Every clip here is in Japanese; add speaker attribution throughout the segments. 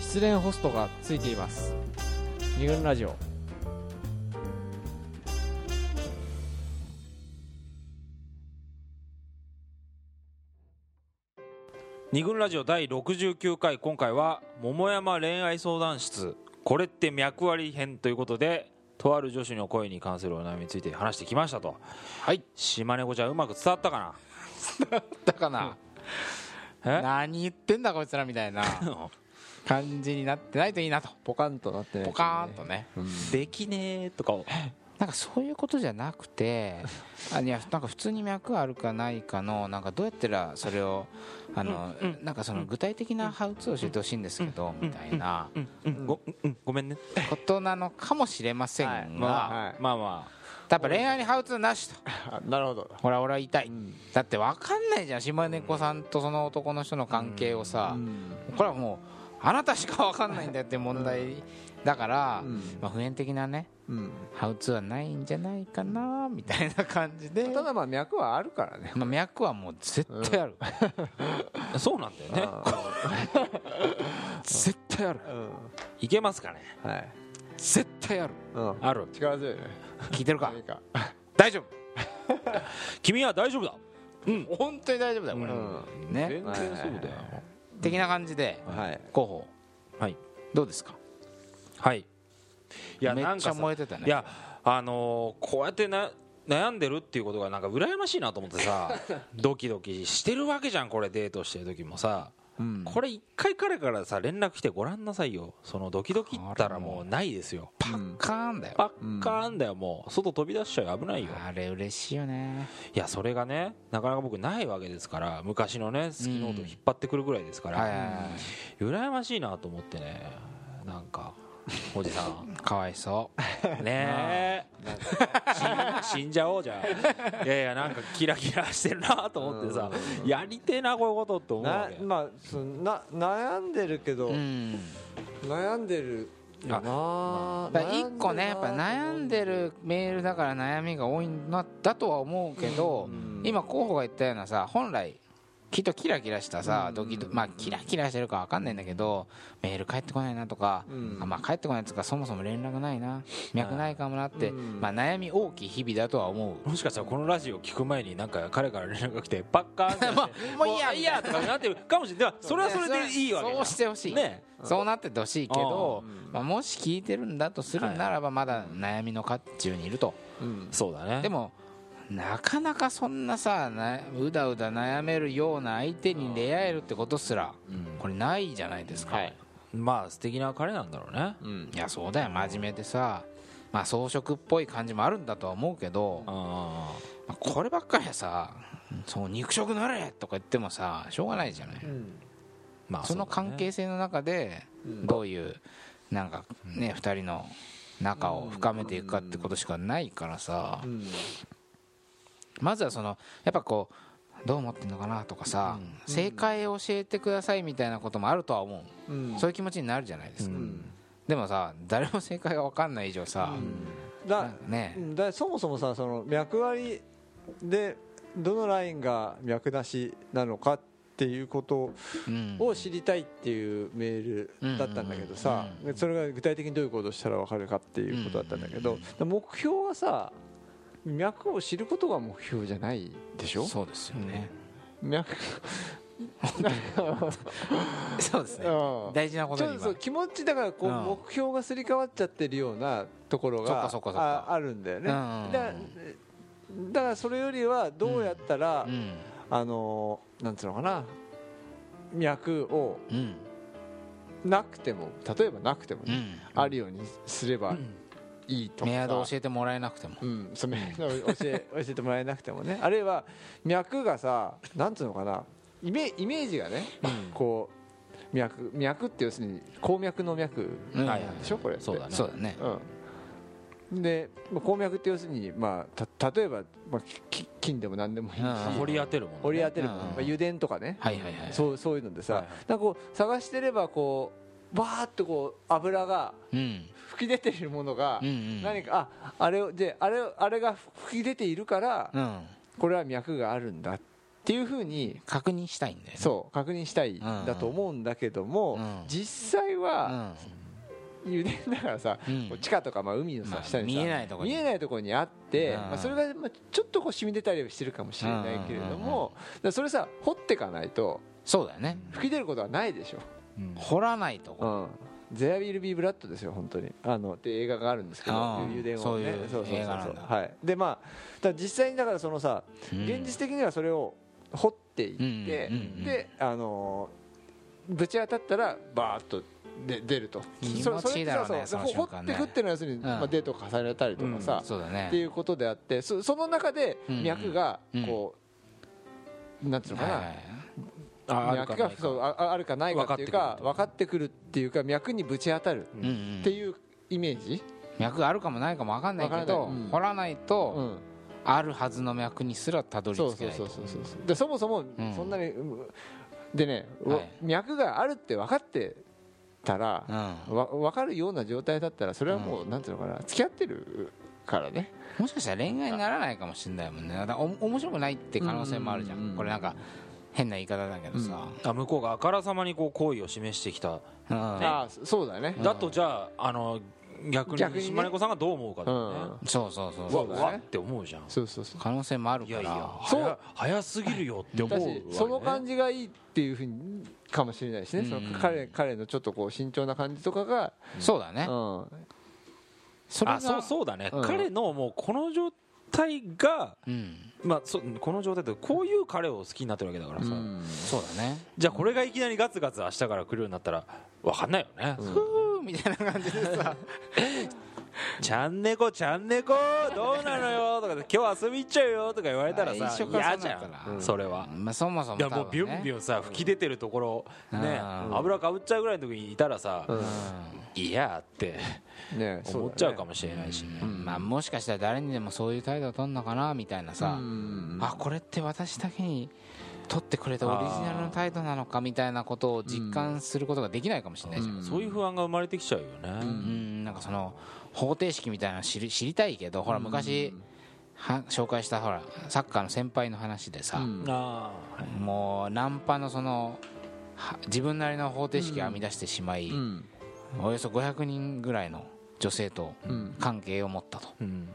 Speaker 1: 失恋ホストがついています二軍ラジオ
Speaker 2: 二軍ラジオ第69回今回は「桃山恋愛相談室これって脈あり編」ということでとある女子の恋に関するお悩みについて話してきましたと
Speaker 1: はい
Speaker 2: 島猫ちゃんうまく伝わったか
Speaker 1: だかな
Speaker 2: なえ
Speaker 1: 何言ってんだこいつらみたいな感じになってないといいなと
Speaker 3: ポカンとなってない
Speaker 1: ポカーンとね
Speaker 2: できねえとかを
Speaker 1: なんかそういうことじゃなくてあいやなんか普通に脈あるかないかのなんかどうやったらそれをあの、なんかその具体的なハウツーを教えてほしいんですけど、みたいな
Speaker 2: ごうんごめんね
Speaker 1: ことなのかもしれませんが、
Speaker 2: ま
Speaker 3: はい
Speaker 2: あまあま
Speaker 1: やっぱ恋愛にハウツーなしと
Speaker 3: あなるほど
Speaker 1: ほら俺は言いたい、だって分かんないじゃん島猫さんとその男の人の関係をさ、これはもうあなたしか分かんないんだよって問題だから、
Speaker 3: うん
Speaker 1: まあ、普遍的なね
Speaker 3: うん
Speaker 1: ハウツーはないんじゃないかなみたいな感じで
Speaker 3: ただまあ脈はあるからね
Speaker 1: まあ、脈はもう絶対ある、
Speaker 2: あそうなんだよね
Speaker 1: 絶対ある
Speaker 3: うん
Speaker 2: いけますかね
Speaker 3: はい
Speaker 1: 絶対ある
Speaker 3: うん
Speaker 2: ある
Speaker 3: 力強いね
Speaker 1: 聞いてるか
Speaker 3: 何か
Speaker 1: 大丈夫
Speaker 2: 君は大丈夫だ
Speaker 1: 本当に大丈夫だよこ
Speaker 3: う
Speaker 1: れ、
Speaker 3: ん
Speaker 1: ね
Speaker 2: 全然そうだよ
Speaker 1: 的な感じで
Speaker 3: はい
Speaker 1: 候補
Speaker 2: はい
Speaker 1: どうですか
Speaker 2: はいいや
Speaker 1: め
Speaker 2: な
Speaker 1: っ
Speaker 2: ん
Speaker 1: ちゃ
Speaker 2: かさ
Speaker 1: 燃えてたね
Speaker 2: いやあのーこうやってな悩んでるっていうことがなんか羨ましいなと思って さドキドキしてるわけじゃんこれデートしてる時もさ、
Speaker 1: うん
Speaker 2: これ一回彼からさ連絡来てごらんなさいよそのドキドキったらもうないですよパ
Speaker 3: う
Speaker 2: ッ
Speaker 3: ん
Speaker 1: カーンだよ
Speaker 2: パッカーンだよもう外飛び出しちゃうよ危ないよ
Speaker 1: あれ嬉しいよね
Speaker 2: いやそれがねなかなか僕ないわけですから昔のね好きノート引っ張ってくるぐらいですか
Speaker 1: はいはい
Speaker 2: ら、羨ましいなと思ってねなんかおじさん
Speaker 1: はいかわいそう
Speaker 2: ねえ死ん死んじゃおうじゃあいやいやなんかキラキラしてるなと思ってさやりてえなこういうことって思う
Speaker 3: な
Speaker 2: わけ
Speaker 3: まあそのな悩んでるけど
Speaker 1: うん
Speaker 3: 悩んでるよな
Speaker 1: だから一個ねやっぱ悩んでるメールだから悩みが多いなだとは思うけど今候補が言ったようなさ本来きっとキラキラしたさドキドキまあキラキラしてるか分かんないんだけどメール返ってこないなとか
Speaker 3: うん
Speaker 1: あまあ返ってこないとかそもそも連絡ないな脈ないかもなって
Speaker 3: うん
Speaker 1: まあ悩み大きい日々だとは思う
Speaker 2: もしかしたらこのラジオ聞く前になんか彼から連絡が来てパッカーンってなって
Speaker 1: もういいや
Speaker 2: いやとかなってるかもしれないでもそれはそれでいいわけ
Speaker 1: そうしてほしい
Speaker 2: ね
Speaker 1: そうなっててほしいけどまあもし聞いてるんだとするならばまだ悩みの渦中にいると。
Speaker 3: うん
Speaker 2: そうだね
Speaker 1: でもなかなかそんなさなうだうだ悩めるような相手に出会えるってことすら、これないじゃないですか、い、
Speaker 2: まあ素敵な彼なんだろうね
Speaker 3: うん
Speaker 1: やそうだよ真面目でさ、まあ、装飾っぽい感じもあるんだとは思うけど、ま
Speaker 2: あ
Speaker 1: あこればっかりはさそう肉食なれとか言ってもさしょうがないじゃない、
Speaker 3: うん
Speaker 2: まあ
Speaker 1: その関係性の中で
Speaker 3: うん
Speaker 1: どういうなんかね2人の仲を深めていくかってことしかないからさ、
Speaker 3: うん
Speaker 1: まずはそのやっぱこうどう思ってんのかなとかさ、正解を教えてくださいみたいなこともあるとは思う、
Speaker 3: うん
Speaker 1: そういう気持ちになるじゃないですか、
Speaker 3: うん
Speaker 1: でもさ誰も正解が分かんない以上さ、
Speaker 3: だ
Speaker 1: ね
Speaker 3: うんだそもそもさその脈割りでどのラインが脈なしなのかっていうこと
Speaker 1: うん
Speaker 3: を知りたいっていうメールだったんだけどさ
Speaker 1: うん、
Speaker 3: それが具体的にどういうことをしたら分かるかっていうことだったんだけど、目標はさ脈を知ることが目標じゃないでしょ
Speaker 1: そうですよね、
Speaker 3: 脈
Speaker 1: そうですね
Speaker 3: うん
Speaker 1: 大事なこ
Speaker 3: ち
Speaker 1: と
Speaker 3: ょっ
Speaker 1: に
Speaker 3: と
Speaker 1: 今
Speaker 3: そう気持ちだからこう
Speaker 1: うん
Speaker 3: 目標がすり替わっちゃってるようなところ
Speaker 1: そっ
Speaker 3: が
Speaker 1: かそっかそっか
Speaker 3: ああるんだよね
Speaker 1: う
Speaker 3: だ
Speaker 1: んうん
Speaker 3: からだからそれよりはどうやったら
Speaker 1: うん
Speaker 3: あのなんつうのかな脈を
Speaker 1: うん
Speaker 3: なくても例えばなくても
Speaker 1: う
Speaker 3: ね
Speaker 1: ん
Speaker 3: あるようにすればいいとか
Speaker 1: メアド教えてもらえなくても
Speaker 3: うん、そうメアド教え教えてもらえなくてもねあるいは脈がさなんつうのかなイメイメージがねこう脈脈って要するに鉱脈の脈
Speaker 1: うん
Speaker 2: はいはい
Speaker 3: でしょこれって
Speaker 2: そうだね
Speaker 1: そうだね
Speaker 3: うん、で、まあ、鉱脈って要するに、まあ、た例えば、まあ、きき金でも何でもいいし、
Speaker 1: うん
Speaker 2: 掘り当てるもんね
Speaker 3: 掘り当てるもの、
Speaker 1: うん
Speaker 3: まあ、油田とかね、
Speaker 1: はいはいはい
Speaker 3: そうそういうのでさ、
Speaker 2: はいはい
Speaker 3: なんかこう探してればこうバーッとこう油が
Speaker 1: うん
Speaker 3: 吹き出てるものが、
Speaker 1: うんうん
Speaker 3: 何かああれをであれあれが吹き出ているから、
Speaker 1: うん
Speaker 3: これは脈があるんだっっていうふうに
Speaker 1: 確認したいんだよね
Speaker 3: そう確認したい
Speaker 1: んうん
Speaker 3: だと思うんだけども、
Speaker 1: うん
Speaker 3: 実際
Speaker 1: う
Speaker 3: は
Speaker 1: ん
Speaker 3: 油田だからさ、
Speaker 1: うん
Speaker 3: こう地下とかまあ海のさ、
Speaker 1: まあ
Speaker 3: 下にさ
Speaker 1: 見えないとこに
Speaker 3: 見えないところにあって、
Speaker 1: うん
Speaker 3: まあ、それがまあちょっとこう染み出たりはしてるかもしれないけれども、だからそれさ掘ってかないと
Speaker 1: そうだよね
Speaker 3: 吹き出ることはないでしょ
Speaker 2: うん
Speaker 1: 掘らないと
Speaker 3: う
Speaker 1: こ
Speaker 3: ん「ゼア・ビル・ビー・ブラッド」ですよ本当にあのって映画があるんですけど
Speaker 1: ああ
Speaker 3: 油田
Speaker 1: そ
Speaker 3: を
Speaker 1: うい
Speaker 3: ね
Speaker 1: う映画なんだ
Speaker 3: はい、でまあだから実際にだからそのさ
Speaker 1: うん
Speaker 3: 現実的にはそれを掘っていって、
Speaker 1: うんうんうんうん
Speaker 3: であのーぶち当たったらバーッとで出ると
Speaker 1: 気持
Speaker 3: そ
Speaker 1: ちいいだろうね
Speaker 3: それ
Speaker 1: その瞬
Speaker 3: 掘っ
Speaker 1: 間
Speaker 3: て
Speaker 1: ね
Speaker 3: くっていうのは要するに、まあ、デートを重ねたりとかさ、
Speaker 1: そうだ
Speaker 3: ってい
Speaker 1: ね
Speaker 3: うことであってそその中で
Speaker 1: うんうん
Speaker 3: 脈がこう、なんていうのかな、
Speaker 1: はいはい
Speaker 2: あある
Speaker 3: 脈
Speaker 2: かな
Speaker 3: が
Speaker 2: いか
Speaker 3: そうああるかないかっていうか分かってくるっていうか脈にぶち当たる
Speaker 1: うんう
Speaker 3: っ
Speaker 1: ん
Speaker 3: ていうイメージ、
Speaker 1: 脈があるかもないかも分かんないけ
Speaker 3: わ
Speaker 1: ど
Speaker 3: かんないうん
Speaker 1: 掘らない
Speaker 3: うん
Speaker 1: とあるはずの脈にすらたどり
Speaker 3: そう
Speaker 1: 着け
Speaker 3: そう
Speaker 1: な
Speaker 3: そ
Speaker 1: いと
Speaker 3: うそうそうでそもそも
Speaker 1: ん
Speaker 3: そんなに、うんでね、
Speaker 1: はい
Speaker 3: 脈があるって分かってたら、
Speaker 1: うん
Speaker 3: わ分かるような状態だったらそれはもう、なんていうのかな付き合ってるからね
Speaker 1: もしかしたら恋愛にならないかもしれないもんねだからお面白くないって可能性もあるじゃん,、
Speaker 3: うんうんうん
Speaker 1: これなんか変な言い方だけどさ、
Speaker 2: あ向こうがあからさまにこう好意を示してきた
Speaker 1: うん
Speaker 3: ああそそうだね、
Speaker 2: だとじゃああの逆
Speaker 3: 逆に
Speaker 2: に
Speaker 3: ね
Speaker 2: 島根子さんがどう思うかだ
Speaker 3: う
Speaker 2: よ
Speaker 3: ん
Speaker 2: ね
Speaker 1: そうそうそう
Speaker 3: そ
Speaker 1: そうう
Speaker 3: だ
Speaker 2: う
Speaker 3: ね
Speaker 2: わって思うじゃん
Speaker 3: そうそうそう
Speaker 1: 可能性もある
Speaker 2: い
Speaker 1: から
Speaker 2: やいや
Speaker 3: そう
Speaker 2: 早早すぎるよって思
Speaker 3: だ
Speaker 2: う
Speaker 3: し
Speaker 2: わね
Speaker 3: その感じがいいっていうふうにかもしれないしね、
Speaker 1: うん
Speaker 3: その彼彼のちょっとこう慎重な感じとかが、
Speaker 1: そうだ
Speaker 3: う
Speaker 1: ね、
Speaker 3: ん
Speaker 1: それが
Speaker 2: あそうそうだね
Speaker 3: うん
Speaker 2: 彼のもうこの状態が
Speaker 1: うん
Speaker 2: まあそこの状態でこういう彼を好きになってるわけだからさ
Speaker 1: そうだね
Speaker 2: じゃあこれがいきなりガツガツ明日から来るようになったらわかんないよね
Speaker 1: ふーみたいな感じでさ
Speaker 2: ちゃんねこちゃんねこどうなのよとかで今日遊び行っちゃうよとか言われたら
Speaker 1: あ
Speaker 2: さ
Speaker 1: 一緒か
Speaker 2: 嫌
Speaker 1: そ
Speaker 2: じ
Speaker 1: うな
Speaker 2: ゃ
Speaker 1: ったら
Speaker 2: んそれは
Speaker 1: まあそもそも
Speaker 2: いや
Speaker 1: 多
Speaker 2: も
Speaker 1: 分、ね、
Speaker 2: うビュンビュンさ吹き出てるところ
Speaker 1: うん
Speaker 2: ね
Speaker 1: うん
Speaker 2: 油かぶっちゃうぐらいの時にいたらさ
Speaker 3: うん
Speaker 2: いやって
Speaker 3: ねそうだね
Speaker 2: 思っちゃうかもしれないし
Speaker 1: う
Speaker 2: ね
Speaker 1: んまあ、もしかしたら誰にでもそういう態度を取るのかなみたいなさ、
Speaker 3: うん
Speaker 1: あこれって私だけに取ってくれたオリジナルの態度なのかみたいなことを実感することができないかもしれないじゃん、
Speaker 2: そういう不安が生まれてきちゃうよ
Speaker 1: う
Speaker 2: ね
Speaker 1: んなんかその方程式みたいなの知り知りたいけどほら昔は紹介したほらサッカーの先輩の話でさ、
Speaker 3: うん
Speaker 2: ああ
Speaker 1: もうナンパのそのは自分なりの方程式を編み出してしまい、
Speaker 3: うん
Speaker 1: およそ500人ぐらいの女性と
Speaker 3: うん
Speaker 1: 関係を持ったと、
Speaker 2: うん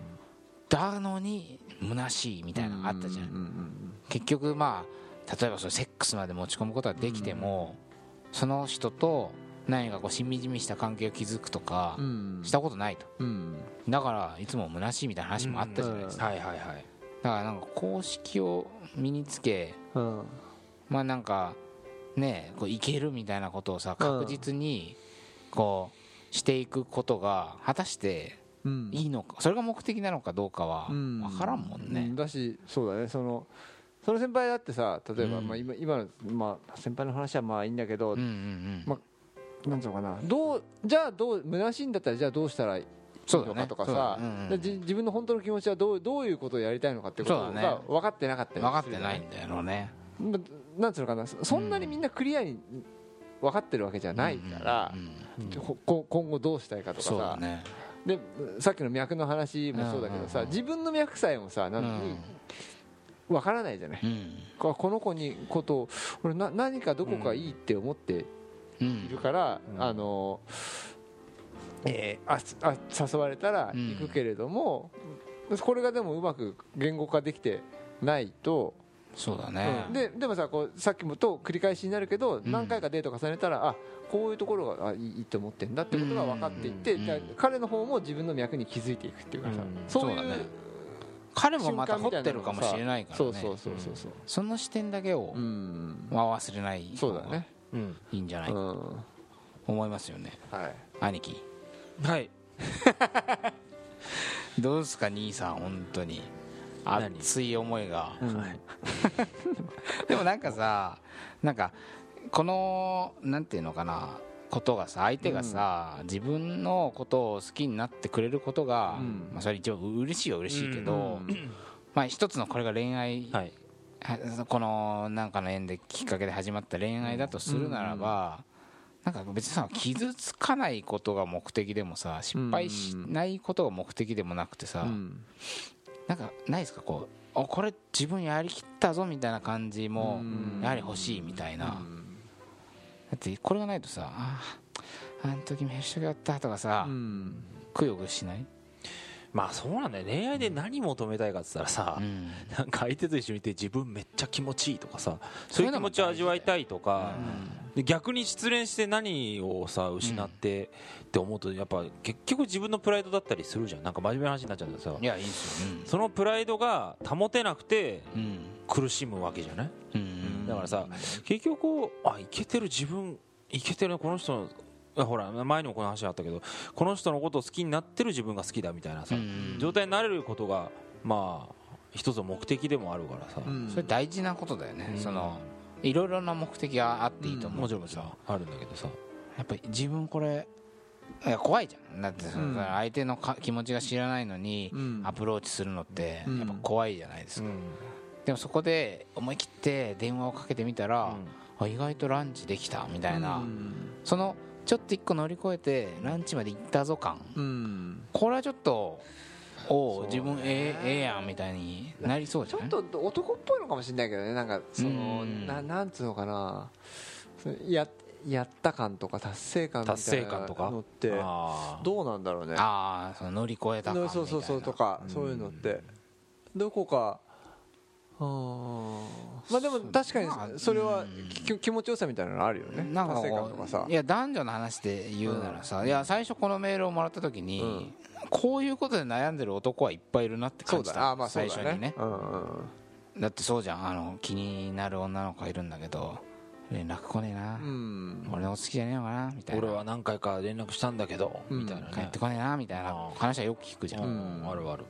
Speaker 1: だのに虚しいみたいなのあったじゃ
Speaker 3: う
Speaker 1: ん、
Speaker 3: んうん
Speaker 1: 結局まあ例えばそのセックスまで持ち込むことはできても、その人と何かこうしみじみした関係を築くとか
Speaker 3: うん
Speaker 1: したことないと、
Speaker 3: うん
Speaker 1: だからいつも虚しいみたいな話もあったじゃないですか、
Speaker 2: はいはいはい
Speaker 1: だからなんか公式を身につけ
Speaker 3: うん
Speaker 1: まあなんかねこういけるみたいなことをさ
Speaker 3: うん
Speaker 1: 確実にこうしていくことが果たして
Speaker 3: うん
Speaker 1: いいのかそれが目的なのかどうかは分からんもん
Speaker 3: う
Speaker 1: ね、
Speaker 3: だしそうだねそのその先輩だってさ例えば、
Speaker 1: うん
Speaker 3: まあ、今今の、まあ、先輩の話はまあいいんだけど、
Speaker 1: うん、うんうん
Speaker 3: まなんつうのかなどうじゃあどう虚しいんだったらじゃあどうしたらいい
Speaker 1: そう
Speaker 3: の
Speaker 1: だ
Speaker 3: か
Speaker 1: ね
Speaker 3: とか
Speaker 1: そう
Speaker 3: さ
Speaker 1: だねうんうん
Speaker 3: でじ自分の本当の気持ちはどうどういうことをやりたいのかってこと
Speaker 1: そうだ
Speaker 3: が
Speaker 1: ね
Speaker 3: 分かってなかったり
Speaker 1: 分
Speaker 3: する
Speaker 1: かってないんだよね
Speaker 3: まなんつうのかなそそんなにみんなクリアに分かってるわけじゃないから
Speaker 1: うんうんうん
Speaker 3: ここ今後どうしたいかとか
Speaker 1: そうだ
Speaker 3: さ
Speaker 1: ね
Speaker 3: でさっきの脈の話もそうだけど
Speaker 1: うん
Speaker 3: さ
Speaker 1: うんうん
Speaker 3: 自分の脈さえもさなん分からないじゃない
Speaker 1: うん
Speaker 3: ここの子にことを俺な何かどこかいいって思って
Speaker 1: う
Speaker 3: い
Speaker 1: ん
Speaker 3: るから、
Speaker 2: うん
Speaker 3: あのえーあすあ誘われたら行くけれども、これがでもうまく言語化できてないと、
Speaker 1: そうだね
Speaker 3: ででもさこうさっきもと繰り返しになるけど、
Speaker 1: ん
Speaker 3: 何回かデート重ねたらあこういうところがあいいいいと思ってんだってことが分かっていって、
Speaker 1: うん
Speaker 3: だから彼の方も自分の脈に気づいていくっていうかさ、
Speaker 2: うん
Speaker 3: そういう
Speaker 1: そうだね彼も
Speaker 3: 瞬
Speaker 1: また
Speaker 3: 間み
Speaker 1: 掘
Speaker 3: た
Speaker 1: っ
Speaker 3: いな
Speaker 1: て
Speaker 3: の
Speaker 1: る
Speaker 3: がさ
Speaker 1: かもしれないからね
Speaker 3: そうそうそうそうそう
Speaker 1: その視点だけを、
Speaker 3: うん
Speaker 1: まあ忘れない
Speaker 3: そうだね、
Speaker 2: うん
Speaker 1: いいんじゃない
Speaker 3: うん
Speaker 1: か
Speaker 3: は
Speaker 1: 思いますよね
Speaker 3: い
Speaker 1: 兄貴
Speaker 2: はい
Speaker 1: どうですか兄さん本当に
Speaker 2: 何
Speaker 1: 熱い思いが
Speaker 2: はい
Speaker 1: でもなんかさなんかこのなんていうのかなことがさ相手がさ、自分のことを好きになってくれることが、
Speaker 3: うん
Speaker 1: まあ、それ一応嬉しいは嬉しいけど、
Speaker 3: うん
Speaker 1: まあ一つのこれが恋愛
Speaker 2: はい
Speaker 1: はこのなんかの縁できっかけで始まった恋愛だとするならば、なんか別にさ傷つかないことが目的でもさ失敗しないことが目的でもなくてさ、
Speaker 3: うん
Speaker 1: なんかないですかこうあこれ自分やりきったぞみたいな感じも
Speaker 3: うん
Speaker 1: やはり欲しいみたいなだってこれがないとさあーあの時飯しときやったとかさ
Speaker 3: うん
Speaker 1: くよくよしない、
Speaker 2: まあそうなんだよ恋愛で何求めたいかっつったらさ、
Speaker 1: うん
Speaker 2: なんか相手と一緒にいて自分めっちゃ気持ちいいとかさそういう気持ちを味わいたいとか、で逆に失恋して何をさ失ってって思うとやっぱ結局自分のプライドだったりするじゃんなんか真面目な話になっちゃうんだけどさ
Speaker 1: いやいいですよ、
Speaker 2: そのプライドが保てなくて
Speaker 1: うんうん
Speaker 2: 苦しむわけじゃない
Speaker 1: うん
Speaker 2: だからさ結局こうあいけてる自分いけてるこの人のあほら前にもこの話あったけどこの人のことを好きになってる自分が好きだみたいなさ、
Speaker 1: うん
Speaker 2: 状態になれることがまあ一つの目的でもあるからさ、
Speaker 1: それ大事なことだよね、
Speaker 2: うん
Speaker 1: そのいろいろな目的があっていいと思う、
Speaker 2: もちろんさあるんだけどさ
Speaker 1: やっぱり自分これいや怖いじゃんだってその
Speaker 3: うん
Speaker 1: 相手のか気持ちが知らないのに
Speaker 3: うん
Speaker 1: アプローチするのって
Speaker 3: うん
Speaker 1: やっぱ怖いじゃないですか、でもそこで思い切って電話をかけてみたら、あ意外とランチできたみたいな、
Speaker 3: うん
Speaker 1: そのちょっと一個乗り越えてランチまで行ったぞ感
Speaker 3: うん
Speaker 1: これはちょっと
Speaker 3: そう
Speaker 1: おう
Speaker 3: ね
Speaker 1: 自分ええええやんみたいになりそうじ
Speaker 3: ち
Speaker 1: ゃ
Speaker 3: ょ
Speaker 1: ない
Speaker 3: っと男っぽいのかもしれないけどねなんかその
Speaker 1: うん
Speaker 3: ななんつうのかなそのややった感とか達成感みたいな
Speaker 2: 達成感とか
Speaker 3: のって
Speaker 2: あー
Speaker 3: どうなんだろうね
Speaker 1: ああその乗り越えた感みたいな
Speaker 3: そうそうそうとか
Speaker 2: うん
Speaker 3: そういうのってどこかあーまあでも確か
Speaker 1: ま
Speaker 3: に
Speaker 1: あ
Speaker 3: それは
Speaker 1: うん
Speaker 3: き気持ちよさみたいなのあるよね
Speaker 1: なんか
Speaker 3: 達
Speaker 1: こう
Speaker 3: 成感とかさ
Speaker 1: いや男女の話で言うならさ、いや最初このメールをもらった時に、
Speaker 3: うん
Speaker 1: こういうことで悩んでる男はいっぱいいるなって
Speaker 3: そ
Speaker 1: 感
Speaker 3: う
Speaker 1: じ
Speaker 3: だ
Speaker 1: た
Speaker 3: ねあーまあそう
Speaker 1: 最
Speaker 3: だね
Speaker 1: 初にね
Speaker 3: うんうん
Speaker 1: だってそうじゃんあの気になる女の子がいるんだけど連絡来ねえな
Speaker 3: う、ん
Speaker 1: 俺のこと好きじゃねえのかなみたいな
Speaker 2: 俺は何回か連絡したんだけど、
Speaker 3: うん
Speaker 2: みたいな
Speaker 1: 帰っ
Speaker 2: ね
Speaker 1: て、こねえなみたいな
Speaker 2: あー
Speaker 1: 話はよく聞くじゃ、
Speaker 2: うんんあるある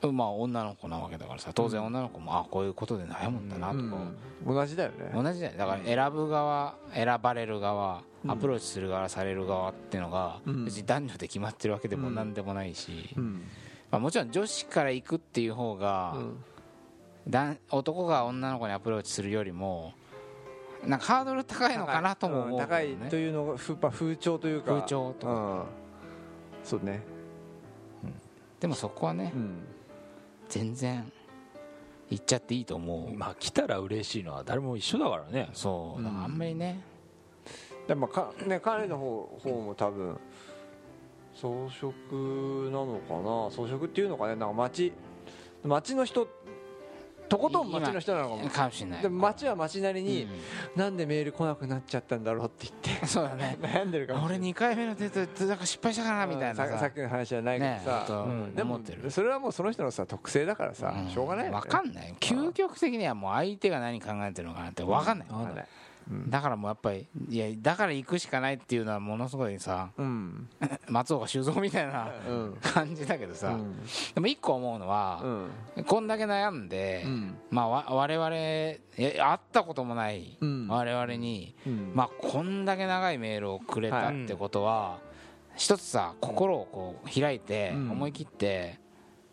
Speaker 1: でもまあ女の子なわけだからさ当然女の子も、あこういうことで悩むんだな
Speaker 3: う
Speaker 1: とか、
Speaker 3: ん同じだよね
Speaker 1: 同じだよだから選ぶ側選ばれる側アプローチする側される側っていうのが
Speaker 3: うん
Speaker 1: 別に男女で決まってるわけでも
Speaker 3: うん
Speaker 1: 何でもないし、
Speaker 3: うん
Speaker 1: まあ、もちろん女子から行くっていう方が、
Speaker 3: うん
Speaker 1: 男男が女の子にアプローチするよりもなんかハードル高いのかなとも思うけど
Speaker 3: 高いうん高いというのがふまあ風潮というか
Speaker 1: 風潮とか
Speaker 3: うんそうね
Speaker 1: でもそこはね
Speaker 3: うん
Speaker 1: 全然行っちゃっていいと思う、
Speaker 2: まあ来たら嬉しいのは誰も一緒だからね
Speaker 1: そうだからあんまりね、
Speaker 3: でもかね彼の方方も多分装飾なのかな装飾っていうのかねなんか町町の人とことん町の人なのかも
Speaker 1: かもしれない
Speaker 3: でも町は町なりに、
Speaker 1: う
Speaker 3: なんでメール来なくなっちゃったんだろうって 言っ
Speaker 1: んそうだね
Speaker 3: て悩んでるかもし
Speaker 1: 俺
Speaker 3: れない
Speaker 1: 2回目のデートなんか失敗したかなみたいな
Speaker 3: ささっきの話じゃないけ
Speaker 1: ね
Speaker 3: どさ、
Speaker 1: え本当
Speaker 3: でも
Speaker 1: 思ってる
Speaker 3: それはもうその人のさ特性だからさ、しょうがないよ、ね、
Speaker 1: 分かんない究極的にはもう相手が何考えてるのかなって分かんない、
Speaker 2: あ
Speaker 3: わかんないうん
Speaker 1: だからもうやっぱりいやだから行くしかないっていうのはものすごいさ
Speaker 3: うん
Speaker 1: 松岡修造みたいな
Speaker 3: うん
Speaker 1: 感じだけどさ、
Speaker 3: うん
Speaker 1: でも一個思うの
Speaker 3: う
Speaker 1: は、
Speaker 3: ん
Speaker 1: こんだけ悩んで、
Speaker 3: うん
Speaker 1: まあわ我々いや会ったこともない
Speaker 3: うん
Speaker 1: 我々に、
Speaker 3: うん
Speaker 1: まあこんだけ長いメールをくれたってことは、一つさ心をこう開いて
Speaker 3: うん
Speaker 1: 思い切って、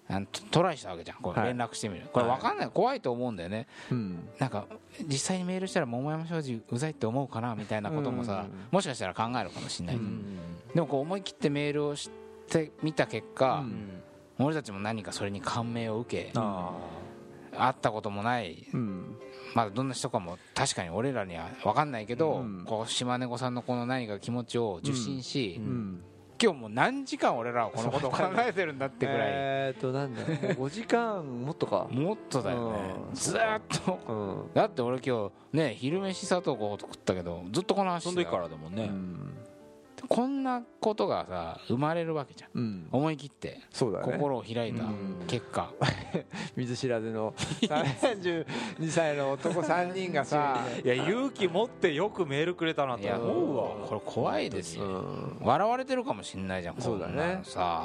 Speaker 1: あのトトライしたわけじゃんこう
Speaker 3: はい
Speaker 1: 連絡してみる、これ分かんない怖いと思うんだよね
Speaker 3: うん
Speaker 1: なんか実際にメールしたら桃山商事うざいって思うかなみたいなこともさ、
Speaker 3: うん
Speaker 1: もしかしたら考えるかもしれない、
Speaker 3: うん
Speaker 1: でもこう思い切ってメールをしてみた結果、俺たちも何かそれに感銘を受け、
Speaker 2: あ
Speaker 1: 会ったこともない
Speaker 3: うん
Speaker 1: まだどんな人かも確かに俺らには分かんないけど、
Speaker 3: うん
Speaker 1: こう島根子さんのこの何か気持ちを受信し、
Speaker 3: うん
Speaker 1: 今日もう何時間俺らはこのことを考えてるんだってぐらい、
Speaker 3: えーっとなんだもう5時間もっとか
Speaker 1: もっとだよね
Speaker 3: うん
Speaker 1: ずーっと
Speaker 3: うん
Speaker 1: だって俺今日ね昼飯佐藤子と食ったけどずっとこの話
Speaker 2: そ
Speaker 1: し
Speaker 2: の時
Speaker 1: てた
Speaker 2: からだもん
Speaker 3: う
Speaker 2: ね、
Speaker 3: ん
Speaker 1: こんなことがさ生まれるわけじゃん
Speaker 3: うん
Speaker 1: 思い切って
Speaker 3: そうだね
Speaker 1: 心を開いた
Speaker 3: うん
Speaker 1: 結果、
Speaker 3: 見ず知らず の32歳の男3人がさ
Speaker 2: いや勇気持ってよくメールくれたなと
Speaker 1: いや
Speaker 2: 思うわ
Speaker 1: これ怖いで す
Speaker 3: う
Speaker 1: よ、
Speaker 3: ん
Speaker 1: 笑われてるかもしんないじゃん
Speaker 3: そうだね
Speaker 1: こんなのさ、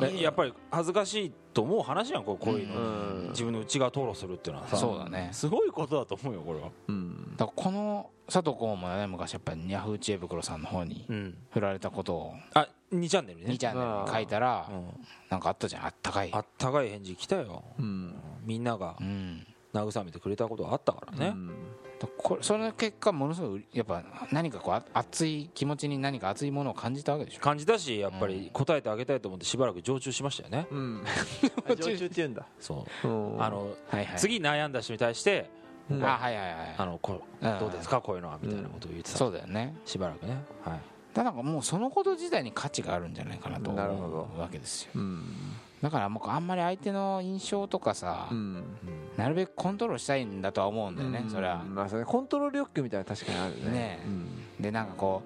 Speaker 3: うん
Speaker 2: ねやっぱり恥ずかしいと思う話やんこうこういう
Speaker 3: う
Speaker 2: の、
Speaker 3: ん
Speaker 2: 自分の内側討論するっていうのはさ
Speaker 1: そうだね
Speaker 2: すごいことだと思うよこれは
Speaker 3: うん
Speaker 1: だからこの佐藤君もね昔やっぱりヤフー知恵袋さんの方に
Speaker 2: うん
Speaker 1: 振られたことを
Speaker 2: あ2チャンネルね
Speaker 1: 2チャンネルに書いたら
Speaker 2: うん
Speaker 1: なんかあったじゃんあったかい
Speaker 2: あったかい返事来たよ
Speaker 3: うん
Speaker 2: みんなが
Speaker 1: うん
Speaker 2: 慰めてくれたことあったからね、
Speaker 3: うん
Speaker 1: これその結果ものすごいやっぱ何かこう熱い気持ちに何か熱いものを感じたわけでしょ
Speaker 2: 感じたしやっぱり答えてあげたいと思ってしばらく常駐しましたよね
Speaker 3: うんあ常駐って言うんだ
Speaker 2: そ
Speaker 3: うん
Speaker 2: うあの
Speaker 1: はいはい
Speaker 2: 次悩んだ人に対して
Speaker 3: うん
Speaker 1: あはいはい
Speaker 2: あ
Speaker 1: はい
Speaker 2: のこ
Speaker 1: うん
Speaker 2: どうですかこういうのはみたいなことを言ってた
Speaker 1: そうだよね
Speaker 2: しばらくねはい
Speaker 1: ただなんかもうそのこと自体に価値があるんじゃないかなと
Speaker 3: なるほど
Speaker 1: 思うわけですよ
Speaker 3: うん
Speaker 1: だからもうあんまり相手の印象とかさ、
Speaker 3: うん
Speaker 1: なるべくコントロールしたいんだとは思うんだよね、
Speaker 3: うん
Speaker 1: それは
Speaker 3: まあそれコントロール欲求みたいなの確かにあるね
Speaker 1: ねえ
Speaker 3: うん
Speaker 1: でなんかこ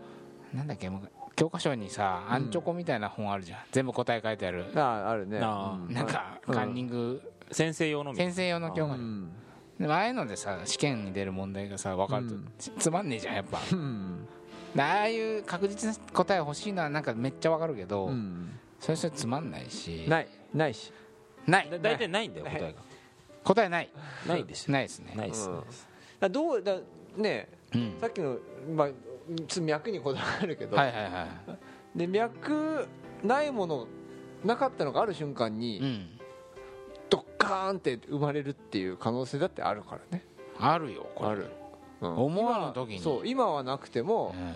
Speaker 1: うなんだっけもう教科書にさアンチョコみたいな本あるじゃん、全部答え書いてある
Speaker 3: あああるね
Speaker 2: なあ
Speaker 3: う
Speaker 1: なんか
Speaker 3: うん
Speaker 1: カンニング、
Speaker 2: 先生用のみ
Speaker 1: 先生用の教
Speaker 3: う
Speaker 1: 科書、
Speaker 3: ん
Speaker 1: でもああいうのでさ試験に出る問題がさ分かると、
Speaker 3: うん
Speaker 1: つつまんねえじゃんやっぱ
Speaker 3: うん
Speaker 1: でああいう確実な答え欲しいのはなんかめっちゃ分かるけど、
Speaker 3: うん
Speaker 1: それそれつまんないし
Speaker 3: ないないし
Speaker 1: ない
Speaker 2: だ大体ないんだよ
Speaker 3: ない
Speaker 2: 答えが
Speaker 1: 答えない
Speaker 2: ないんですよ
Speaker 1: ないですね
Speaker 2: ないです
Speaker 3: うん
Speaker 2: ないです
Speaker 3: だどうだね
Speaker 1: うん
Speaker 3: えさっきのまあつ脈にこだわるけど
Speaker 1: はいはいは
Speaker 3: で脈ないものなかったのがある瞬間
Speaker 1: い、
Speaker 3: に
Speaker 1: うん、
Speaker 3: ドッカーンって生まれるっていう可能性だってあるからね
Speaker 1: あるよこれ
Speaker 3: ある、うん
Speaker 1: 思わぬ時に
Speaker 3: そう今はなくても、
Speaker 1: うん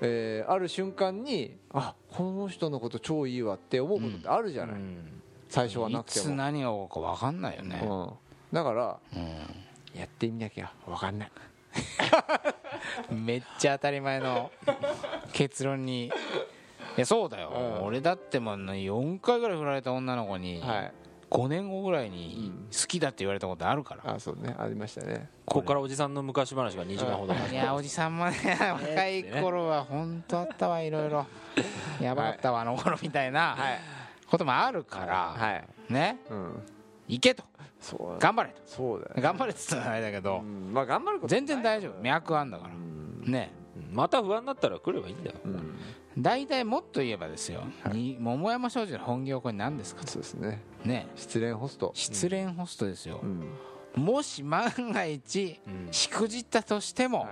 Speaker 3: えーある瞬間にあこの人のこと超いいわって思うことってあるじゃない、
Speaker 2: うん
Speaker 3: 最初はないくて
Speaker 1: つ
Speaker 3: も、
Speaker 1: 何が起こるか分かんないよね、
Speaker 3: うん、だから
Speaker 1: う
Speaker 3: やってみなきゃ分かんない
Speaker 1: ん、めっちゃ当たり前の結 論にいやそうだよ、
Speaker 3: うん
Speaker 1: 俺だってもう4回ぐらい振られた女の子に
Speaker 3: はい
Speaker 1: 5年後ぐらいに
Speaker 3: うん
Speaker 1: 好きだって言われたことあるから、
Speaker 3: あそうねありましたね
Speaker 2: ここからおじさんの昔話が2時間ほど
Speaker 1: いやおじさんもね若い頃は本当あったわいろいろやばかったわあの頃みたいなこともあるから、
Speaker 3: はい
Speaker 1: ね
Speaker 3: うん
Speaker 1: 行けと
Speaker 3: そう
Speaker 1: 頑張れと
Speaker 3: そうだよ、
Speaker 1: 頑張れっつったらあれだけ
Speaker 3: う
Speaker 1: ど
Speaker 3: ん、まあ頑張ること
Speaker 1: 全然大丈夫脈あんだから
Speaker 3: うん
Speaker 1: ね
Speaker 2: うんまた不安になったら来ればいいんだよ
Speaker 3: うん
Speaker 1: 大体もっと言えばですよ、に桃山商事の本業これ何ですか
Speaker 3: そうですね
Speaker 1: ね
Speaker 3: 失恋ホスト
Speaker 1: 失恋ホストですよ
Speaker 3: う、ん
Speaker 1: もし万が一
Speaker 2: うん
Speaker 1: しくじったとしても、
Speaker 3: はい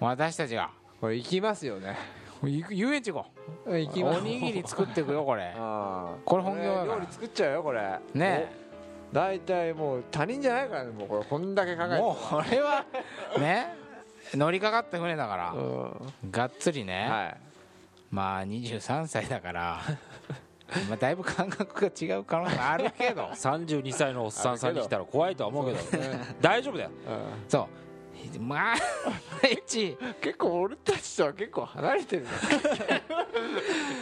Speaker 1: 私たちが
Speaker 3: これ行きますよね
Speaker 1: ゆ遊園地行こ
Speaker 3: 行
Speaker 1: うおにぎり作っていくよ これ
Speaker 3: ああ
Speaker 1: これ本業だから
Speaker 3: 料理作っちゃうよこれ
Speaker 1: ね
Speaker 3: お大体もう他人じゃないからねもうこれこんだけ考えて
Speaker 1: もうこれはね乗りかかった船だから、
Speaker 3: う
Speaker 1: がっつりね、
Speaker 3: んはい
Speaker 1: まあ23歳だから まあだいぶ感覚が違う可能性もあるけ ど
Speaker 2: 32歳のおっさんさんに来たら怖いとは思うけど
Speaker 3: そうですね
Speaker 2: 大丈夫だよ
Speaker 3: うん
Speaker 1: そうまあ 一
Speaker 3: 結構俺たちとは結構離れてる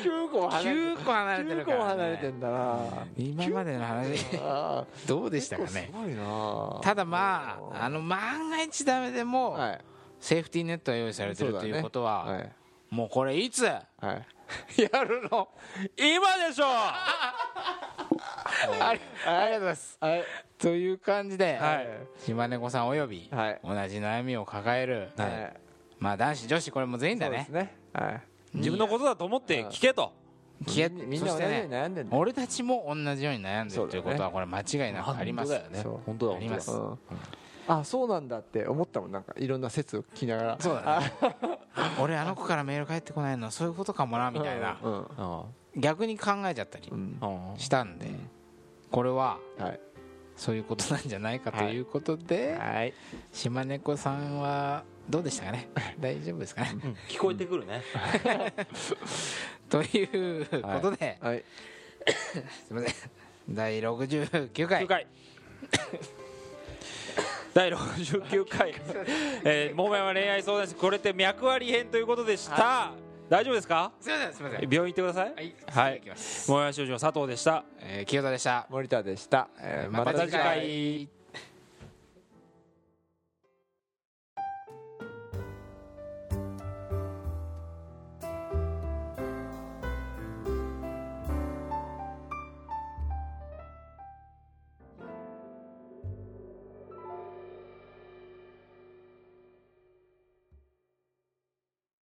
Speaker 3: 9個も離れてる
Speaker 1: 9個離れて
Speaker 3: 9
Speaker 1: る
Speaker 3: 個
Speaker 1: から、ね、
Speaker 3: も離れてんだな
Speaker 1: 今までの話
Speaker 3: ああ
Speaker 1: どうでしたか
Speaker 3: 結
Speaker 1: ね
Speaker 3: 構すごいな
Speaker 1: ただまああの万が一ダメでも、
Speaker 3: はい
Speaker 1: セーフティーネットが用意されて
Speaker 3: そう
Speaker 1: る
Speaker 3: だ
Speaker 1: と
Speaker 3: ね
Speaker 1: いうことは、
Speaker 3: はい
Speaker 1: もうこれいつや
Speaker 3: はい
Speaker 1: る の
Speaker 2: 今でしょ
Speaker 1: ありありがとうございます
Speaker 3: はい
Speaker 1: という感じで、
Speaker 3: はい
Speaker 1: 島猫さんおよび、
Speaker 3: はい
Speaker 1: 同じ悩みを抱える、
Speaker 2: はい
Speaker 1: まあ男子女子これも全員だ
Speaker 3: そうです
Speaker 1: ね
Speaker 3: ねはい
Speaker 2: 自分のことだと思って聞けと
Speaker 1: 消え
Speaker 3: みみん
Speaker 1: そ
Speaker 3: な
Speaker 1: し
Speaker 3: 同
Speaker 1: て
Speaker 3: じように
Speaker 1: ね
Speaker 3: 悩んでんだ
Speaker 1: 俺たちも同じように悩んで
Speaker 3: そう
Speaker 1: る
Speaker 3: だね
Speaker 1: ということはこれ間違いなくあります
Speaker 2: 本当だよ
Speaker 3: そう
Speaker 2: ね本当だ
Speaker 1: あります
Speaker 2: 本
Speaker 3: うんあそうなんだって思ったもんなんかいろんな説を聞きながら
Speaker 1: そうだね俺あの子からメール返ってこないのはそういうことかもなみたいな
Speaker 3: うん
Speaker 2: 当だよ
Speaker 1: 逆に考えちゃったり
Speaker 3: うん
Speaker 2: うんうん
Speaker 1: したんでこれは
Speaker 3: はい
Speaker 1: そういうことなんじゃないかということで、
Speaker 3: はい
Speaker 1: 島猫さんはどうでしたかね大丈夫ですかね
Speaker 2: うん聞こえてくるね
Speaker 1: ということで、
Speaker 3: はい
Speaker 1: すいません第69回
Speaker 2: 9回 第69回、 えー、桃山恋愛相談室これって脈あり編ということでした、大丈夫ですか
Speaker 1: すいませんすいません
Speaker 2: 病院行ってください
Speaker 1: はい
Speaker 2: はい
Speaker 1: 行きます
Speaker 2: 桃山少女の佐藤でした
Speaker 1: えー清田でした、
Speaker 3: 森田でした、え
Speaker 1: えー
Speaker 3: ーまた次回
Speaker 1: 回